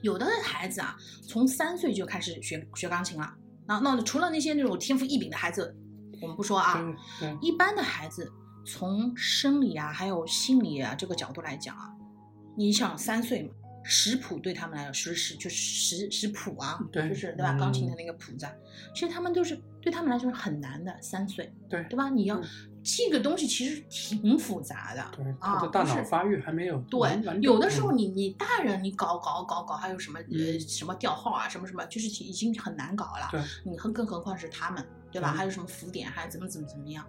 Speaker 1: 有的孩子啊，从三岁就开始学学钢琴了。那那除了那些那种天赋异禀的孩子，我们不说啊，
Speaker 2: 对对
Speaker 1: 一般的孩子，从生理啊，还有心理啊这个角度来讲啊，你想三岁嘛，识谱对他们来讲，识识就识识谱啊，
Speaker 2: 对
Speaker 1: 就是对吧？
Speaker 2: 嗯
Speaker 1: 钢琴的那个谱子啊，其实他们都是对他们来说是很难的，三岁，
Speaker 2: 对
Speaker 1: 对吧？你要
Speaker 2: 嗯
Speaker 1: 这个东西其实挺复杂的，
Speaker 2: 对，
Speaker 1: 啊
Speaker 2: 他的大
Speaker 1: 不
Speaker 2: 脑
Speaker 1: 是
Speaker 2: 发育还没有完
Speaker 1: 对，
Speaker 2: 完
Speaker 1: 有
Speaker 2: 整
Speaker 1: 的时候
Speaker 2: 嗯
Speaker 1: 你你大人你搞搞搞搞，还有什么呃
Speaker 2: 嗯
Speaker 1: 什么调号啊，什么什么，就是已经很难搞了。
Speaker 2: 对，
Speaker 1: 你更更何况是他们，对吧？
Speaker 2: 对
Speaker 1: 还有什么浮点，还怎么怎么怎么样？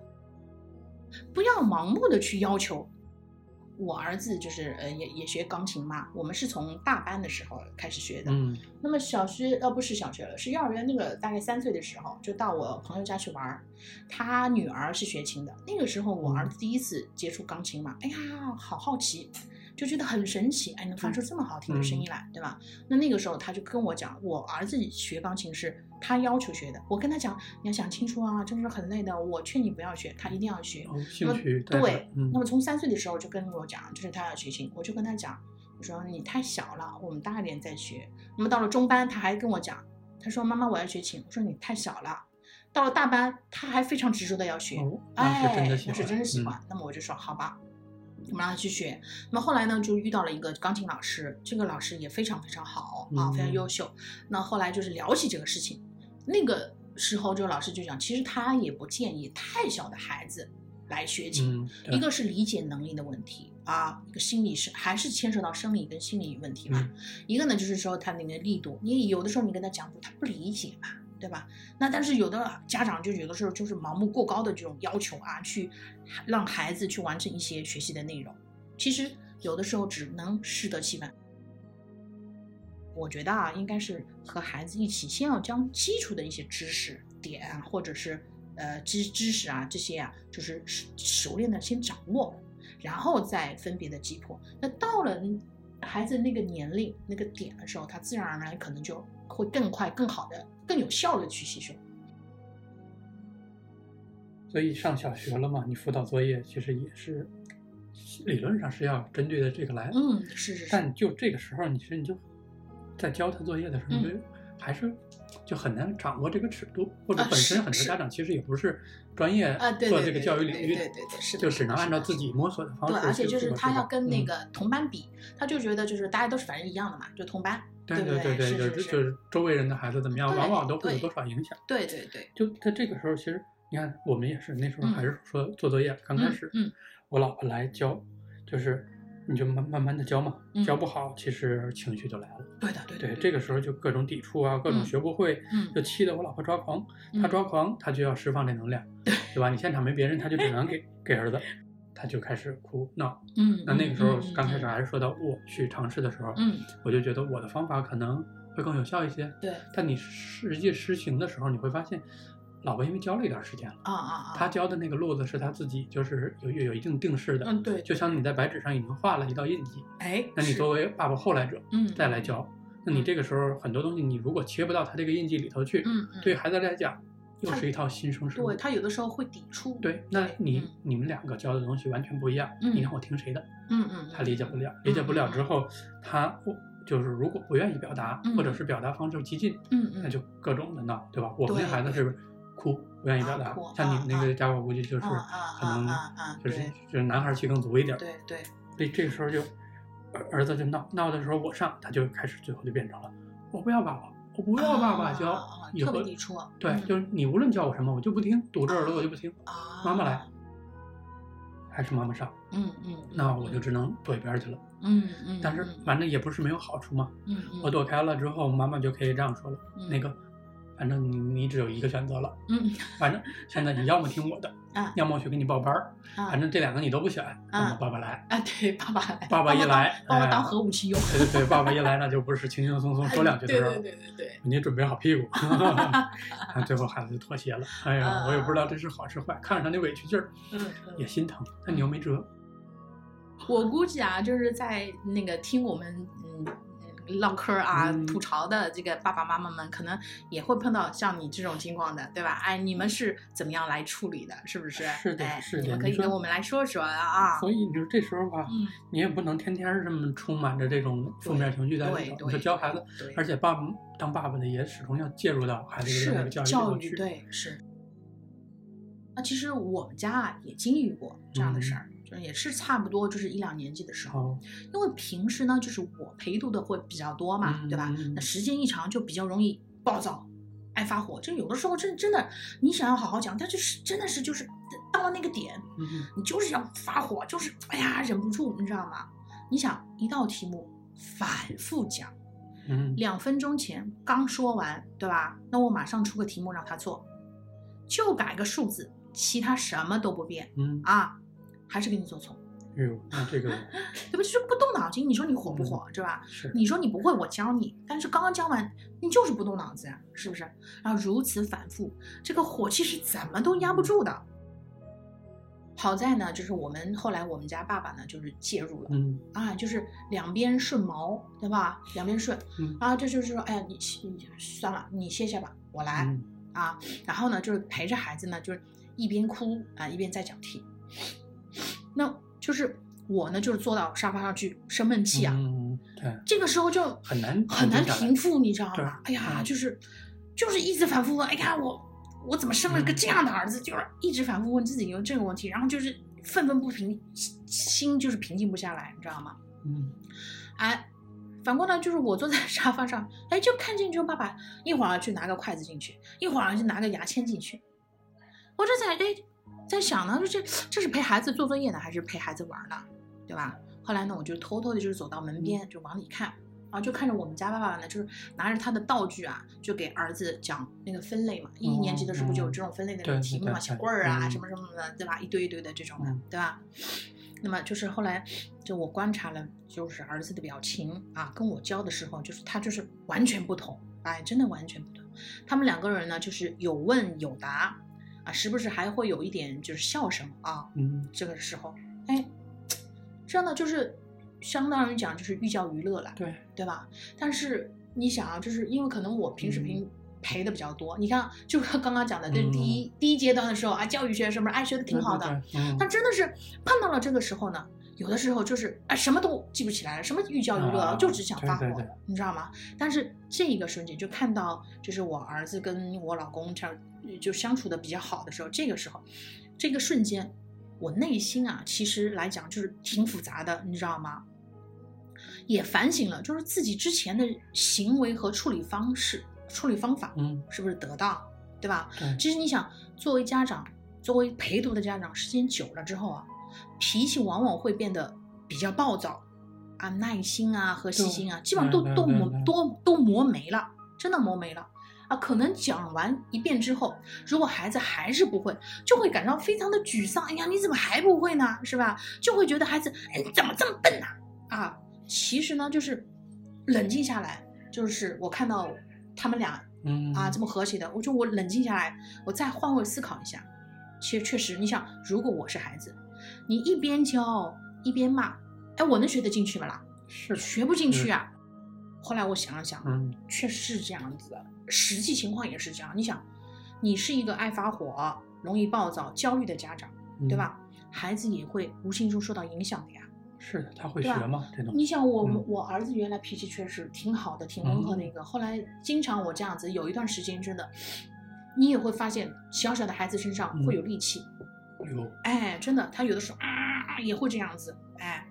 Speaker 1: 不要盲目的去要求。我儿子就是呃也也学钢琴嘛，我们是从大班的时候开始学的。
Speaker 2: 嗯，
Speaker 1: 那么小学呃不是小学了，是幼儿园那个大概三岁的时候，就到我朋友家去玩儿。他女儿是学琴的，那个时候我儿子第一次接触钢琴嘛，哎呀，好好奇，就觉得很神奇，哎，能发出这么好听的声音来，对吧？那那个时候他就跟我讲，我儿子学钢琴是他要求学的，我跟他讲，你要想清楚啊，这是很累的，我劝你不要学，他一定要学。
Speaker 2: 哦兴趣
Speaker 1: 那么
Speaker 2: 在这儿
Speaker 1: 对，
Speaker 2: 嗯
Speaker 1: 那，么从三岁的时候就跟我讲，就是他要学琴，我就跟他讲，我说你太小了，我们大一点再学。那么到了中班，他还跟我讲，他说妈妈我要学琴，我说你太小了。到了大班，他还非常执着的要学，
Speaker 2: 哦，那是
Speaker 1: 哎
Speaker 2: 真，的喜
Speaker 1: 那
Speaker 2: 欢，
Speaker 1: 是真的喜
Speaker 2: 嗯
Speaker 1: 欢。。那么我就说好吧，我们让他去学。那么后来呢，就遇到了一个钢琴老师，这个老师也非常非常好啊，非常
Speaker 2: 嗯
Speaker 1: 优秀。那后来就是聊起这个事情，那个时候这个老师就讲，其实他也不建议太小的孩子来学琴，
Speaker 2: 嗯，对
Speaker 1: 一个是理解能力的问题啊，一个心理是还是牵扯到生理跟心理问题吧。
Speaker 2: 嗯
Speaker 1: 一个呢就是说他那个力度，你有的时候你跟他讲不，他不理解嘛，对吧？那但是有的家长就有的时候就是盲目过高的这种要求啊，去让孩子去完成一些学习的内容，其实有的时候只能适得其反。我觉得啊，应该是和孩子一起，先要将基础的一些知识点或者是呃知知识啊这些啊，就是熟练的先掌握，然后再分别的击破。那到了孩子那个年龄那个点的时候，他自然而然可能就会更快、更好的、更有效的去吸收。
Speaker 2: 所以上小学了嘛，你辅导作业其实也是理论上是要针对的这个来的，
Speaker 1: 嗯，是是是，
Speaker 2: 但就这个时候，你是你就在教他作业的时候，你就
Speaker 1: 嗯
Speaker 2: 还是就很难掌握这个尺度，或者
Speaker 1: 啊
Speaker 2: 本身
Speaker 1: 是
Speaker 2: 很多
Speaker 1: 是
Speaker 2: 家长其实也不是专业
Speaker 1: 啊，对
Speaker 2: 做
Speaker 1: 对
Speaker 2: 这个
Speaker 1: 对
Speaker 2: 教育领
Speaker 1: 对
Speaker 2: 域
Speaker 1: 对
Speaker 2: 的，
Speaker 1: 对对，是的，
Speaker 2: 就是只
Speaker 1: 的
Speaker 2: 能按照
Speaker 1: 的
Speaker 2: 自己摸索的方
Speaker 1: 对，
Speaker 2: 式去做。
Speaker 1: 而且就是他要跟那
Speaker 2: 嗯
Speaker 1: 个同班比，他就觉得就是大家都是反正一样的嘛，就同班。
Speaker 2: 对
Speaker 1: 对不
Speaker 2: 对
Speaker 1: 对是
Speaker 2: 对，
Speaker 1: 是
Speaker 2: 就是就是周围人的孩子怎么样，
Speaker 1: 对
Speaker 2: 往往都会有
Speaker 1: 对
Speaker 2: 多少影响。
Speaker 1: 对对对，
Speaker 2: 就在这个时候，其实你看我们也是那时候
Speaker 1: 嗯
Speaker 2: 还是说做作业刚开
Speaker 1: 嗯
Speaker 2: 始，
Speaker 1: 嗯
Speaker 2: 我老婆来教，就是你就慢慢慢的教嘛，
Speaker 1: 嗯
Speaker 2: 教不好其实情绪就来了。
Speaker 1: 对的对
Speaker 2: 对，
Speaker 1: 的
Speaker 2: 这个时候就各种抵触啊，各种
Speaker 1: 嗯
Speaker 2: 学不会，
Speaker 1: 嗯
Speaker 2: 就气得我老婆抓狂。她
Speaker 1: 嗯
Speaker 2: 抓狂，她就要释放这能量，对吧？你现场没别人，她就只能给给儿子，她就开始哭闹。
Speaker 1: 嗯，
Speaker 2: 那那个时候刚开始
Speaker 1: 嗯
Speaker 2: 还是说到我去尝试的时候，
Speaker 1: 嗯，
Speaker 2: 我就觉得我的方法可能会更有效一些。
Speaker 1: 对
Speaker 2: 但你实际实行的时候，你会发现，老婆因为教了一段时间了，
Speaker 1: 啊啊啊，
Speaker 2: 她教的那个路子是她自己就是有有有一定定式的，
Speaker 1: 嗯对，
Speaker 2: 就像你在白纸上已经画了一道印记，
Speaker 1: 哎，
Speaker 2: 那你
Speaker 1: 是
Speaker 2: 作为爸爸后来者
Speaker 1: 嗯
Speaker 2: 再来教，那你
Speaker 1: 嗯
Speaker 2: 这个时候很多东西你如果切不到他这个印记里头去，
Speaker 1: 嗯嗯
Speaker 2: 对孩子来讲又
Speaker 1: 他
Speaker 2: 是一套新生事物
Speaker 1: 对，。他有的时候会抵触，
Speaker 2: 对，那你
Speaker 1: 嗯
Speaker 2: 你们两个教的东西完全不一样，
Speaker 1: 嗯
Speaker 2: 你让我听谁的？
Speaker 1: 嗯嗯，
Speaker 2: 他理解不了，理解不了之后，他我就是如果不愿意表达，
Speaker 1: 嗯
Speaker 2: 或者是表达方式激进，
Speaker 1: 嗯嗯，
Speaker 2: 那就各种的闹，对吧？我们那
Speaker 1: 对
Speaker 2: 孩子是哭，不愿意表
Speaker 1: 啊
Speaker 2: 达
Speaker 1: 哭，
Speaker 2: 像
Speaker 1: 啊
Speaker 2: 你那个家伙估计就是
Speaker 1: 啊啊
Speaker 2: 可
Speaker 1: 啊
Speaker 2: 能
Speaker 1: 啊啊，
Speaker 2: 就是
Speaker 1: 对
Speaker 2: 就是男孩气更足一点，
Speaker 1: 对对，
Speaker 2: 所以这个时候就儿儿子就闹，闹的时候我上，他就开始最后就变成了我不要爸爸，我不要爸爸教，
Speaker 1: 啊
Speaker 2: 以
Speaker 1: 特别
Speaker 2: 后
Speaker 1: 抵触，
Speaker 2: 对，
Speaker 1: 嗯
Speaker 2: 就是你无论教我什么，我就不听，堵着耳朵我就不听，
Speaker 1: 啊，
Speaker 2: 妈妈来，还是妈妈上，
Speaker 1: 嗯嗯，
Speaker 2: 那我就只能躲一边去了。
Speaker 1: 嗯嗯，
Speaker 2: 但是
Speaker 1: 嗯
Speaker 2: 反正也不是没有好处嘛，
Speaker 1: 嗯嗯
Speaker 2: 我躲开了之后，妈妈就可以这样说了，那个，反正你你只有一个选择了，
Speaker 1: 嗯
Speaker 2: 反正现在你要么听我的，
Speaker 1: 啊
Speaker 2: 要么我去给你报班儿，
Speaker 1: 啊，
Speaker 2: 反正这两个你都不选，那么爸爸来。
Speaker 1: 啊，对，爸爸来，
Speaker 2: 爸爸一来
Speaker 1: 把我当
Speaker 2: 哎
Speaker 1: 核武器用。
Speaker 2: 对对对，爸爸一来那就不是轻轻松松说两句的
Speaker 1: 对
Speaker 2: 事儿了
Speaker 1: (laughs) 对。对对对，
Speaker 2: 你准备好屁股， (laughs) 啊最后孩子就妥协了。哎呀，
Speaker 1: 啊
Speaker 2: 我也不知道这是好是坏，看着他那委屈劲儿
Speaker 1: 嗯
Speaker 2: 也
Speaker 1: 嗯，
Speaker 2: 心疼，但你又没辙。 (laughs)
Speaker 1: 我估计啊，就是在那个听我们嗯嗯唠嗑儿啊、
Speaker 2: 嗯
Speaker 1: 吐槽的这个爸爸妈妈们，可能也会碰到像你这种情况的，对吧？哎，你们是怎么样来处理的？是不是？
Speaker 2: 是的
Speaker 1: 哎
Speaker 2: 是的
Speaker 1: 你们可
Speaker 2: 你
Speaker 1: 以跟
Speaker 2: 说
Speaker 1: 我们来说说啊啊。
Speaker 2: 所以你说这时候吧，
Speaker 1: 嗯，
Speaker 2: 你也不能天天这么充满着这种负面情绪在里
Speaker 1: 对
Speaker 2: 头。你说
Speaker 1: 对，
Speaker 2: 教孩子，
Speaker 1: 对，
Speaker 2: 而且爸爸当爸爸的也始终要介入到孩子的那
Speaker 1: 是
Speaker 2: 个教育
Speaker 1: 教
Speaker 2: 中
Speaker 1: 育，
Speaker 2: 去。
Speaker 1: 对是。那其实我们家啊也经历过这样的事儿，就是也是差不多就是一两年级的时候，
Speaker 2: 嗯好，
Speaker 1: 因为平时呢就是我陪读的会比较多嘛，对吧？
Speaker 2: 嗯
Speaker 1: 那时间一长就比较容易暴躁，爱发火。这有的时候真真的，你想要好好讲，但是真的是就是到了那个点，
Speaker 2: 嗯
Speaker 1: 你就是要发火，就是哎呀忍不住，你知道吗？你想一道题目反复讲。
Speaker 2: 嗯，
Speaker 1: 两分钟前刚说完，对吧？那我马上出个题目让他做，就改个数字，其他什么都不变
Speaker 2: 嗯，
Speaker 1: 啊，还是给你做错，
Speaker 2: 哎呦，那这个
Speaker 1: 对吧？就是不动脑筋，你说你火不火，对吧？
Speaker 2: 是
Speaker 1: 你说你不会，我教你，但是刚刚教完，你就是不动脑子呀，是不是？然后如此反复，这个火气是怎么都压不住的。好在呢，就是我们后来我们家爸爸呢，就是介入了，
Speaker 2: 嗯
Speaker 1: 啊，就是两边顺毛，对吧？两边顺，
Speaker 2: 嗯
Speaker 1: 然后这就是说，哎呀，你你算了，你歇歇吧，我来、
Speaker 2: 嗯
Speaker 1: 啊。然后呢，就是陪着孩子呢，就是一边哭啊，一边在讲题。那就是我呢，就是坐到沙发上去生闷气啊，
Speaker 2: 嗯，对，
Speaker 1: 这个时候就
Speaker 2: 很难
Speaker 1: 很难平
Speaker 2: 平
Speaker 1: 复，你知道
Speaker 2: 对
Speaker 1: 吗？哎呀，
Speaker 2: 嗯
Speaker 1: 就是就是一直反复问，哎呀，我我怎么生
Speaker 2: 嗯
Speaker 1: 了个这样的儿子？就是一直反复问自己有这个问题，然后就是愤愤不平，心心就是平静不下来，你知道吗？
Speaker 2: 嗯
Speaker 1: 哎，反过来就是我坐在沙发上，哎，就看见就爸爸一会儿去拿个筷子进去，一会儿就拿个牙签进去，我这在哎在想呢，就这这是陪孩子做作业呢，还是陪孩子玩儿呢，对吧？后来呢，我就偷偷的就是走到门边，就往里看。啊，就看着我们家爸爸呢，就是拿着他的道具啊，就给儿子讲那个分类嘛。一年级的时候就有这种分类的那种
Speaker 2: 对
Speaker 1: 题目
Speaker 2: 对
Speaker 1: 嘛，
Speaker 2: 对
Speaker 1: 小棍儿啊，
Speaker 2: 嗯
Speaker 1: 什么什么的，对吧？一堆一堆的这种的
Speaker 2: 嗯，
Speaker 1: 对吧？那么就是后来，就我观察了，就是儿子的表情啊，跟我教的时候，就是他就是完全不同，哎，真的完全不同。他们两个人呢，就是有问有答，啊，时不时还会有一点就是笑声啊，
Speaker 2: 嗯，
Speaker 1: 这个时候，哎，真的就是相当于讲就是寓教于乐了，
Speaker 2: 对，
Speaker 1: 对吧？但是你想啊，就是因为可能我平时
Speaker 2: 嗯
Speaker 1: 平陪的比较多，你看，就刚刚讲的，就是第一、第一阶段的时候啊，教育学什么，哎，学的挺好的，
Speaker 2: 对，对对嗯
Speaker 1: 但真的是碰到了这个时候呢，有的时候就是啊、什么都记不起来了，什么寓教于乐了，
Speaker 2: 啊
Speaker 1: 就只想发火，
Speaker 2: 对对对
Speaker 1: 你知道吗？但是这一个瞬间就看到，就是我儿子跟我老公这样就相处的比较好的时候，这个时候，这个瞬间，我内心啊，其实来讲就是挺复杂的，你知道吗？也反省了，就是自己之前的行为和处理方式、处理方法
Speaker 2: 嗯，
Speaker 1: 是不是得当，对吧？
Speaker 2: 对，
Speaker 1: 其实你想，作为家长，作为陪读的家长，时间久了之后啊，脾气往往会变得比较暴躁，啊，耐心啊和细心啊，基本上都
Speaker 2: 对
Speaker 1: 都
Speaker 2: 对
Speaker 1: 磨
Speaker 2: 对
Speaker 1: 都都磨没了，真的磨没了。啊，可能讲完一遍之后，如果孩子还是不会，就会感到非常的沮丧。哎呀，你怎么还不会呢？是吧？就会觉得孩子，哎，你怎么这么笨呢、啊，其实呢，就是冷静下来，就是我看到他们俩
Speaker 2: 嗯
Speaker 1: 啊，这么和谐的，我就我冷静下来，我再换位思考一下。其实确实，你想，如果我是孩子，你一边教一边骂，哎，我能学得进去吗啦？
Speaker 2: 是的，
Speaker 1: 学不进去啊。后来我想了想，
Speaker 2: 嗯，
Speaker 1: 确实是这样子的，实际情况也是这样。你想，你是一个爱发火、容易暴躁、焦虑的家长，
Speaker 2: 嗯
Speaker 1: 对？吧？孩子也会无形中受到影响的呀。
Speaker 2: 是的，他会
Speaker 1: 对吧啊
Speaker 2: 学嘛，这东西，
Speaker 1: 你想我，我、
Speaker 2: 嗯
Speaker 1: 儿子原来脾气确实挺好的，挺温和的一个。后来经常我这样子，有一段时间真的，你也会发现小小的孩子身上会
Speaker 2: 嗯
Speaker 1: 有戾气，
Speaker 2: 有，
Speaker 1: 哎，真的，他有的时候啊也会这样子，哎，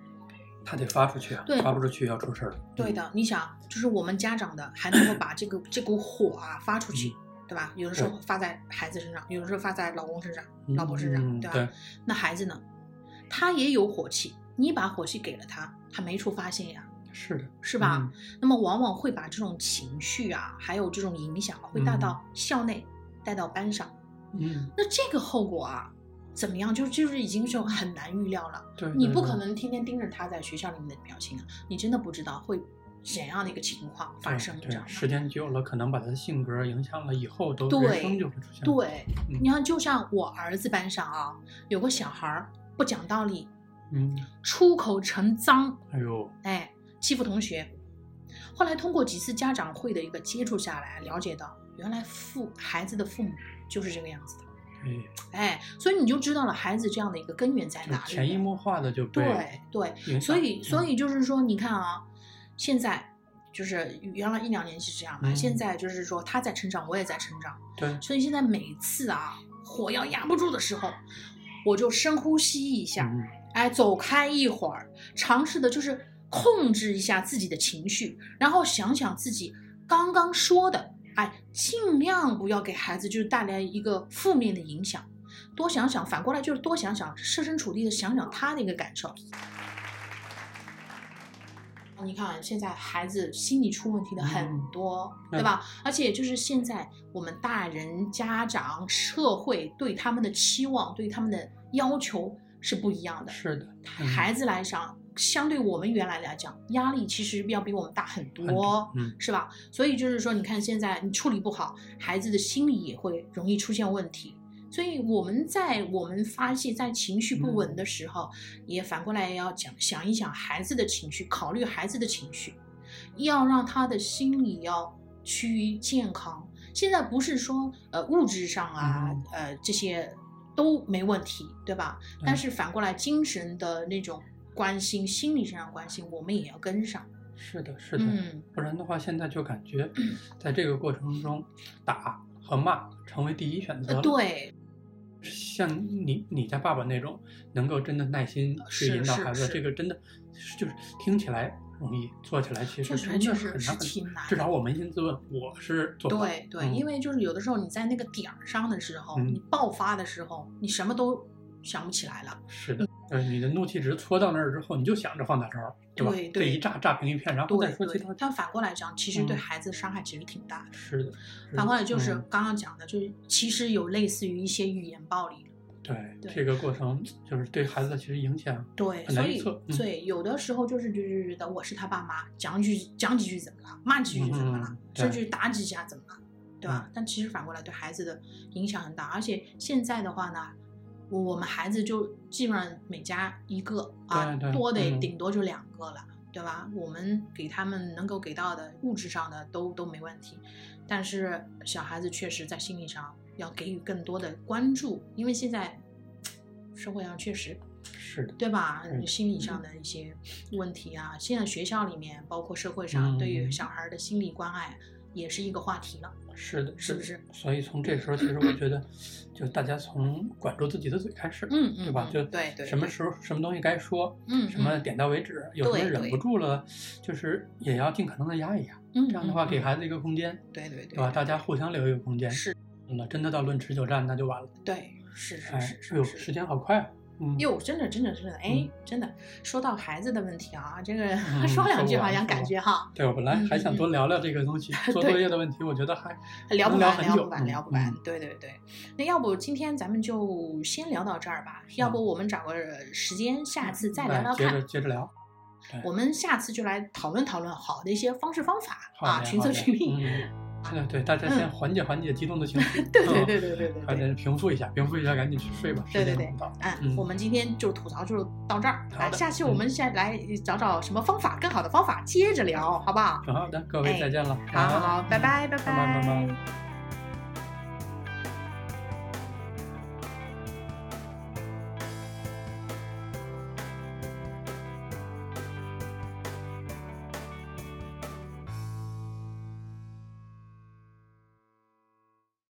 Speaker 2: 他得发出去啊，
Speaker 1: 对
Speaker 2: 发不出去要出事儿了。
Speaker 1: 对的，你想，就是我们家长的还能够把这个这股火啊发出去，
Speaker 2: 嗯
Speaker 1: 对吧？有的时候发在孩子身上，有的时候发在老公身上，
Speaker 2: 嗯，
Speaker 1: 老婆身上，
Speaker 2: 嗯
Speaker 1: 对啊
Speaker 2: 对
Speaker 1: 吧？那孩子呢，他也有火气，你把火气给了他，他没处发泄呀，
Speaker 2: 是的，
Speaker 1: 是吧？
Speaker 2: 嗯？
Speaker 1: 那么往往会把这种情绪啊，还有这种影响啊，会带到校内，带到班上。
Speaker 2: 嗯，
Speaker 1: 那这个后果啊，怎么样？就就是已经是很难预料了。
Speaker 2: 对，
Speaker 1: 你
Speaker 2: 对
Speaker 1: 不
Speaker 2: 对
Speaker 1: 可能天天盯着他在学校里面的表情啊，你真的不知道会怎样的一个情况发
Speaker 2: 对
Speaker 1: 生，你
Speaker 2: 对
Speaker 1: 知道吗？
Speaker 2: 时间久了，可能把他的性格影响了，以后都
Speaker 1: 对
Speaker 2: 人生就会出现。，
Speaker 1: 对，
Speaker 2: 嗯
Speaker 1: 你看，就像我儿子班上啊，有个小孩儿不讲道理，
Speaker 2: 嗯，
Speaker 1: 出口成脏，
Speaker 2: 哎呦，
Speaker 1: 哎，欺负同学。后来通过几次家长会的一个接触下来，了解到原来父孩子的父母就是这个样子的，
Speaker 2: 哎，
Speaker 1: 哎，所以你就知道了孩子这样的一个根源在
Speaker 2: 就
Speaker 1: 哪里。
Speaker 2: 潜移默化的就被
Speaker 1: 对对，
Speaker 2: 影响
Speaker 1: 所以所
Speaker 2: 嗯
Speaker 1: 以就是说，你看啊，现在就是原来一两年是这样嘛，
Speaker 2: 嗯
Speaker 1: 现在就是说他在成长，我也在成长，
Speaker 2: 对，
Speaker 1: 所以现在每次啊火要压不住的时候，我就深呼吸一下，
Speaker 2: 嗯
Speaker 1: 哎，走开一会儿，尝试的就是控制一下自己的情绪，然后想想自己刚刚说的，哎，尽量不要给孩子就是带来一个负面的影响，多想想，反过来就是多想想，设身处地的想想他的一个感受。哦你看，现在孩子心理出问题的很
Speaker 2: 嗯
Speaker 1: 多，
Speaker 2: 嗯
Speaker 1: 对吧？而且就是现在我们大人、家长、社会对他们的期望、对他们的要求是不一样的。
Speaker 2: 是的，嗯
Speaker 1: 孩子来讲，相对我们原来来讲，压力其实要比我们大很
Speaker 2: 很
Speaker 1: 多，
Speaker 2: 嗯，
Speaker 1: 是吧？所以就是说，你看现在你处理不好，孩子的心理也会容易出现问题。所以我们在我们发泄在情绪不
Speaker 2: 嗯
Speaker 1: 稳的时候，也反过来也要讲想一想孩子的情绪，考虑孩子的情绪，要让他的心理要趋于健康。现在不是说呃物质上啊、
Speaker 2: 嗯
Speaker 1: 呃这些都没问题，对吧？
Speaker 2: 嗯
Speaker 1: 但是反过来精神的那种关心、心理上的关心，我们也要跟上。
Speaker 2: 是的，是的，
Speaker 1: 嗯，
Speaker 2: 不然的话，现在就感觉在这个过程中，打和骂成为第一选择
Speaker 1: 呃
Speaker 2: 了。
Speaker 1: 对，
Speaker 2: 像你你家爸爸那种，能够真的耐心去
Speaker 1: 呃是
Speaker 2: 引导
Speaker 1: 是
Speaker 2: 孩子，
Speaker 1: 是
Speaker 2: 这个真的是就是听起来容易，做起来其
Speaker 1: 做
Speaker 2: 实
Speaker 1: 起来
Speaker 2: 真
Speaker 1: 确
Speaker 2: 的
Speaker 1: 实
Speaker 2: 很
Speaker 1: 是
Speaker 2: 难。
Speaker 1: 挺难
Speaker 2: 至
Speaker 1: 的
Speaker 2: 少我扪心自问，我是做不到
Speaker 1: 对对，
Speaker 2: 嗯
Speaker 1: 因为就是有的时候你在那个点儿上的时候，
Speaker 2: 嗯啊
Speaker 1: 你爆发的时候，你什么都想不起来了。
Speaker 2: 是的，就是你的怒气值戳到那儿之后，你就想着放大招儿，吧
Speaker 1: 对？
Speaker 2: 这
Speaker 1: 对
Speaker 2: 一炸炸平一片，然后再
Speaker 1: 对
Speaker 2: 说其
Speaker 1: 对
Speaker 2: 他，。
Speaker 1: 但反过来讲，其实对
Speaker 2: 嗯
Speaker 1: 孩子伤害其实挺大的。
Speaker 2: 是的，是
Speaker 1: 反过来
Speaker 2: 的
Speaker 1: 就是
Speaker 2: 嗯
Speaker 1: 刚刚讲的，就是其实有类似于一些语言暴力。
Speaker 2: 对
Speaker 1: 对
Speaker 2: 这个过程，就是对孩子的其实影响
Speaker 1: 对，所
Speaker 2: 很难
Speaker 1: 以
Speaker 2: 预测嗯
Speaker 1: 所以有的时候就是就是觉得我是他爸妈，讲几句讲几句怎么了，骂几句怎么了，
Speaker 2: 嗯嗯嗯嗯
Speaker 1: 甚至打几下怎么了，对吧？但其实反过来对孩子的影响很大，而且现在的话呢，我我们孩子就基本上每家一个啊，
Speaker 2: 对对
Speaker 1: 多得
Speaker 2: 嗯
Speaker 1: 顶多就两个了，对吧？我们给他们能够给到的物质上的都都没问题，但是小孩子确实在心理上要给予更多的关注，因为现在社会上确实
Speaker 2: 是的，
Speaker 1: 对吧？
Speaker 2: 嗯
Speaker 1: 心理上的一些问题啊，现在学校里面，包括社会上，
Speaker 2: 嗯
Speaker 1: 对于小孩的心理关爱也是一个话题了，
Speaker 2: 是的，
Speaker 1: 是
Speaker 2: 的
Speaker 1: 不是？
Speaker 2: 所以从这时候，其实我觉得，就大家从管住自己的嘴开始，
Speaker 1: 嗯嗯，
Speaker 2: 对吧
Speaker 1: 嗯
Speaker 2: 就
Speaker 1: 对对，
Speaker 2: 什么
Speaker 1: 对
Speaker 2: 时候什么东西该说，
Speaker 1: 嗯
Speaker 2: 什么
Speaker 1: 嗯
Speaker 2: 点到为止，有什
Speaker 1: 对
Speaker 2: 么忍
Speaker 1: 对
Speaker 2: 不住了，就是也要尽可能的压一压，
Speaker 1: 嗯
Speaker 2: 这样的话
Speaker 1: 嗯
Speaker 2: 给
Speaker 1: 嗯
Speaker 2: 孩子一个空间，
Speaker 1: 对对对
Speaker 2: 对吧？大家互相留一个空间。
Speaker 1: 是，
Speaker 2: 那真的到论持久战那就完了。
Speaker 1: 对是是
Speaker 2: 哎
Speaker 1: 是，
Speaker 2: 哎呦，
Speaker 1: 是是
Speaker 2: 时间好快啊！嗯，
Speaker 1: 哟，真的，真的，真的，哎
Speaker 2: 嗯，
Speaker 1: 真的，说到孩子的问题啊，这个 (laughs)
Speaker 2: 嗯
Speaker 1: 说两句
Speaker 2: 说
Speaker 1: 好
Speaker 2: 完
Speaker 1: 像
Speaker 2: 说
Speaker 1: 感
Speaker 2: 完
Speaker 1: 觉哈，
Speaker 2: 对我本来还想多聊聊这个东西，
Speaker 1: 嗯 (laughs)
Speaker 2: 做
Speaker 1: 对
Speaker 2: 作业的问题，我觉得还
Speaker 1: 聊不
Speaker 2: 能聊
Speaker 1: 完，
Speaker 2: 很
Speaker 1: 聊
Speaker 2: 久
Speaker 1: 不完，
Speaker 2: 嗯
Speaker 1: 聊不完
Speaker 2: 嗯。
Speaker 1: 对对对，那要不今天咱们就先聊到这儿吧，要
Speaker 2: 嗯
Speaker 1: 不我们找个时间下次再聊
Speaker 2: 哎
Speaker 1: 聊
Speaker 2: 接着
Speaker 1: 看。
Speaker 2: 接着聊。对
Speaker 1: 我们下次就来讨论讨论好的一些方式方法
Speaker 2: 好
Speaker 1: 啊，
Speaker 2: 嘞
Speaker 1: 群
Speaker 2: 好
Speaker 1: 策
Speaker 2: 嘞
Speaker 1: 群力。(laughs)。
Speaker 2: 嗯，对对，大家先缓解缓解激动的情绪嗯
Speaker 1: 对对对对对对
Speaker 2: 快
Speaker 1: 对。
Speaker 2: 点平复一下，平复一下，赶紧去睡吧，
Speaker 1: 对
Speaker 2: 时
Speaker 1: 对
Speaker 2: 间
Speaker 1: 对
Speaker 2: 不到。
Speaker 1: 嗯，
Speaker 2: 嗯
Speaker 1: 我们今天就吐槽就到这儿
Speaker 2: 好
Speaker 1: 啊，
Speaker 2: 的嗯
Speaker 1: 下期我们再来找找什么方法，更好的方法，接着聊，好不好？
Speaker 2: 好的，各位
Speaker 1: 哎
Speaker 2: 再见了，
Speaker 1: 好好，好，拜拜，拜
Speaker 2: 拜拜拜拜